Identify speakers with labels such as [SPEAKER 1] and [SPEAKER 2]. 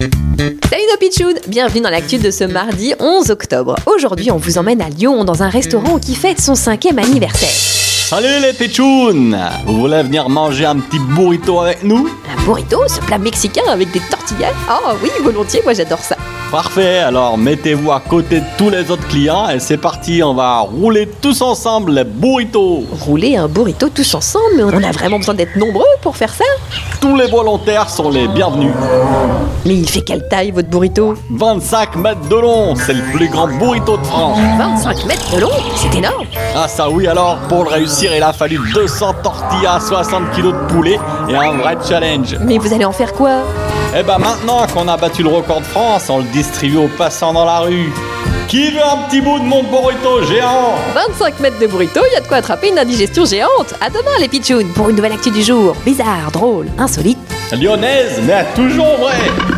[SPEAKER 1] Salut nos pitchounes Bienvenue dans l'actu de ce mardi 11 octobre. Aujourd'hui, on vous emmène à Lyon dans un restaurant qui fête son cinquième anniversaire.
[SPEAKER 2] Salut les pitchounes Vous voulez venir manger un petit burrito avec nous
[SPEAKER 1] Un burrito, ce plat mexicain avec des tortillas Ah oui, volontiers, moi j'adore ça.
[SPEAKER 2] Parfait, alors mettez-vous à côté de tous les autres clients et c'est parti, on va rouler tous ensemble les burritos
[SPEAKER 1] Rouler un burrito tous ensemble, mais on a vraiment besoin d'être nombreux pour faire ça
[SPEAKER 2] Tous les volontaires sont les bienvenus
[SPEAKER 1] Mais il fait quelle taille votre burrito
[SPEAKER 2] 25 mètres de long, c'est le plus grand burrito de France
[SPEAKER 1] 25 mètres de long, c'est énorme
[SPEAKER 2] Ah ça oui, alors pour le réussir, il a fallu 200 tortillas, 60 kilos de poulet et un vrai challenge
[SPEAKER 1] Mais vous allez en faire quoi
[SPEAKER 2] Eh ben maintenant qu'on a battu le record de France, on le distribue aux passants dans la rue Qui veut un petit bout de mon burrito géant
[SPEAKER 1] 25 mètres de burrito, il y a de quoi attraper une indigestion géante À demain les pitchounes pour une nouvelle actu du jour Bizarre, drôle, insolite
[SPEAKER 2] Lyonnaise, mais toujours vrai